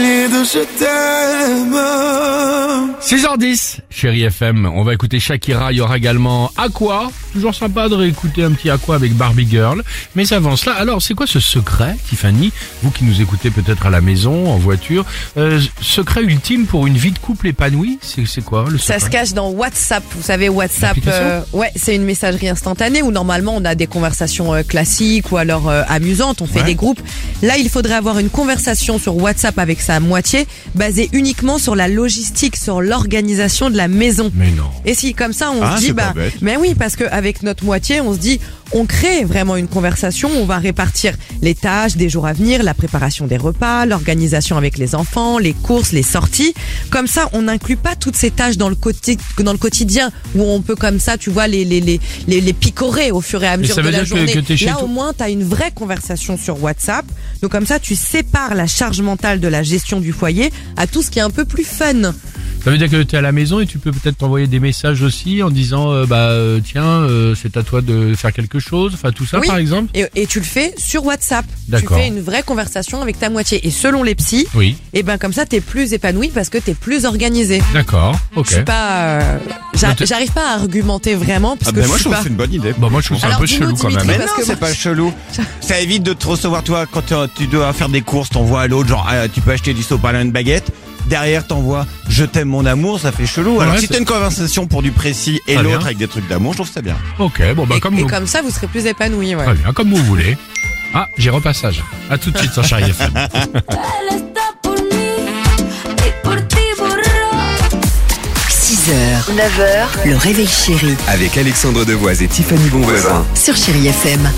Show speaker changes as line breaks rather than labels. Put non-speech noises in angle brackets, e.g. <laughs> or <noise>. de je t'aime.
6h10, chérie FM, on va écouter Shakira, il y aura également Aqua, toujours sympa de réécouter un petit Aqua avec Barbie Girl, mais avant cela, alors c'est quoi ce secret, Tiffany, vous qui nous écoutez peut-être à la maison, en voiture, euh, secret ultime pour une vie de couple épanouie, c'est c'est quoi le secret
Ça se cache dans WhatsApp. Vous savez, WhatsApp,
L'application
euh, ouais, c'est une messagerie instantanée où normalement on a des conversations euh, classiques ou alors euh, amusantes. On fait
Ouais.
des groupes. Là, il faudrait avoir une conversation sur WhatsApp avec sa moitié, basée uniquement sur la logistique, sur l'organisation de la maison.
Mais non.
Et si comme ça on
Ah,
se
c'est
dit
pas
bah
bête.
mais oui parce que avec notre moitié on se dit on crée vraiment une conversation, on va répartir les tâches des jours à venir, la préparation des repas, l'organisation avec les enfants, les courses, les sorties. Comme ça, on n'inclut pas toutes ces tâches dans le, quoti- dans le quotidien où on peut comme ça, tu vois, les, les, les, les, les picorer au fur et à mesure
ça
de
veut
la
dire que-
journée.
que t'es chez
Là,
toi-
au moins, tu as une vraie conversation sur WhatsApp. Donc comme ça, tu sépares la charge mentale de la gestion du foyer à tout ce qui est un peu plus fun.
Ça veut dire que t'es à la maison et tu peux peut-être t'envoyer des messages aussi en disant, euh, bah euh, tiens, euh, c'est à toi de faire quelque chose, enfin tout ça
Oui.
par exemple
Et, et tu le fais sur WhatsApp. Tu
D'accord.
fais une vraie conversation avec ta moitié. Et selon les psys,
Oui,
et ben comme ça, t'es plus épanoui parce que t'es plus organisé.
d'accord,
Je
ok.
suis pas, euh, j'a-
Mais t'es-
j'arrive pas à argumenter vraiment parce
Ah
que
ben
je
moi je
suis
trouve que
pas.
c'est une bonne idée.
Bon, Bah, moi je trouve ça un
Alors,
peu
dis-nous,
chelou quand
Dimitri.
même.
Mais
parce
non,
que
c'est
moi- <laughs>
pas chelou. Ça évite de te recevoir toi quand t'as- tu dois faire des courses, t'envoies à l'autre genre ah, tu peux acheter du sopalin et une baguette. Derrière t'envoies je t'aime mon amour, ça fait chelou. Alors
Ouais,
si
c'est-
t'as une conversation pour du précis et
Très bien.
l'autre avec des trucs d'amour, je trouve ça bien.
Ok, bon bah
Et,
comme
et
vous-
comme ça, vous serez plus épanoui. Ouais.
Très bien, comme vous voulez. Ah, j'ai repassage. À tout de suite sur Chérie FM.
está por mí y por ti borró.
6h, 9h, le réveil chéri
Avec Alexandre Devoise et Tiffany Bonvoisin.
sur Chérie FM.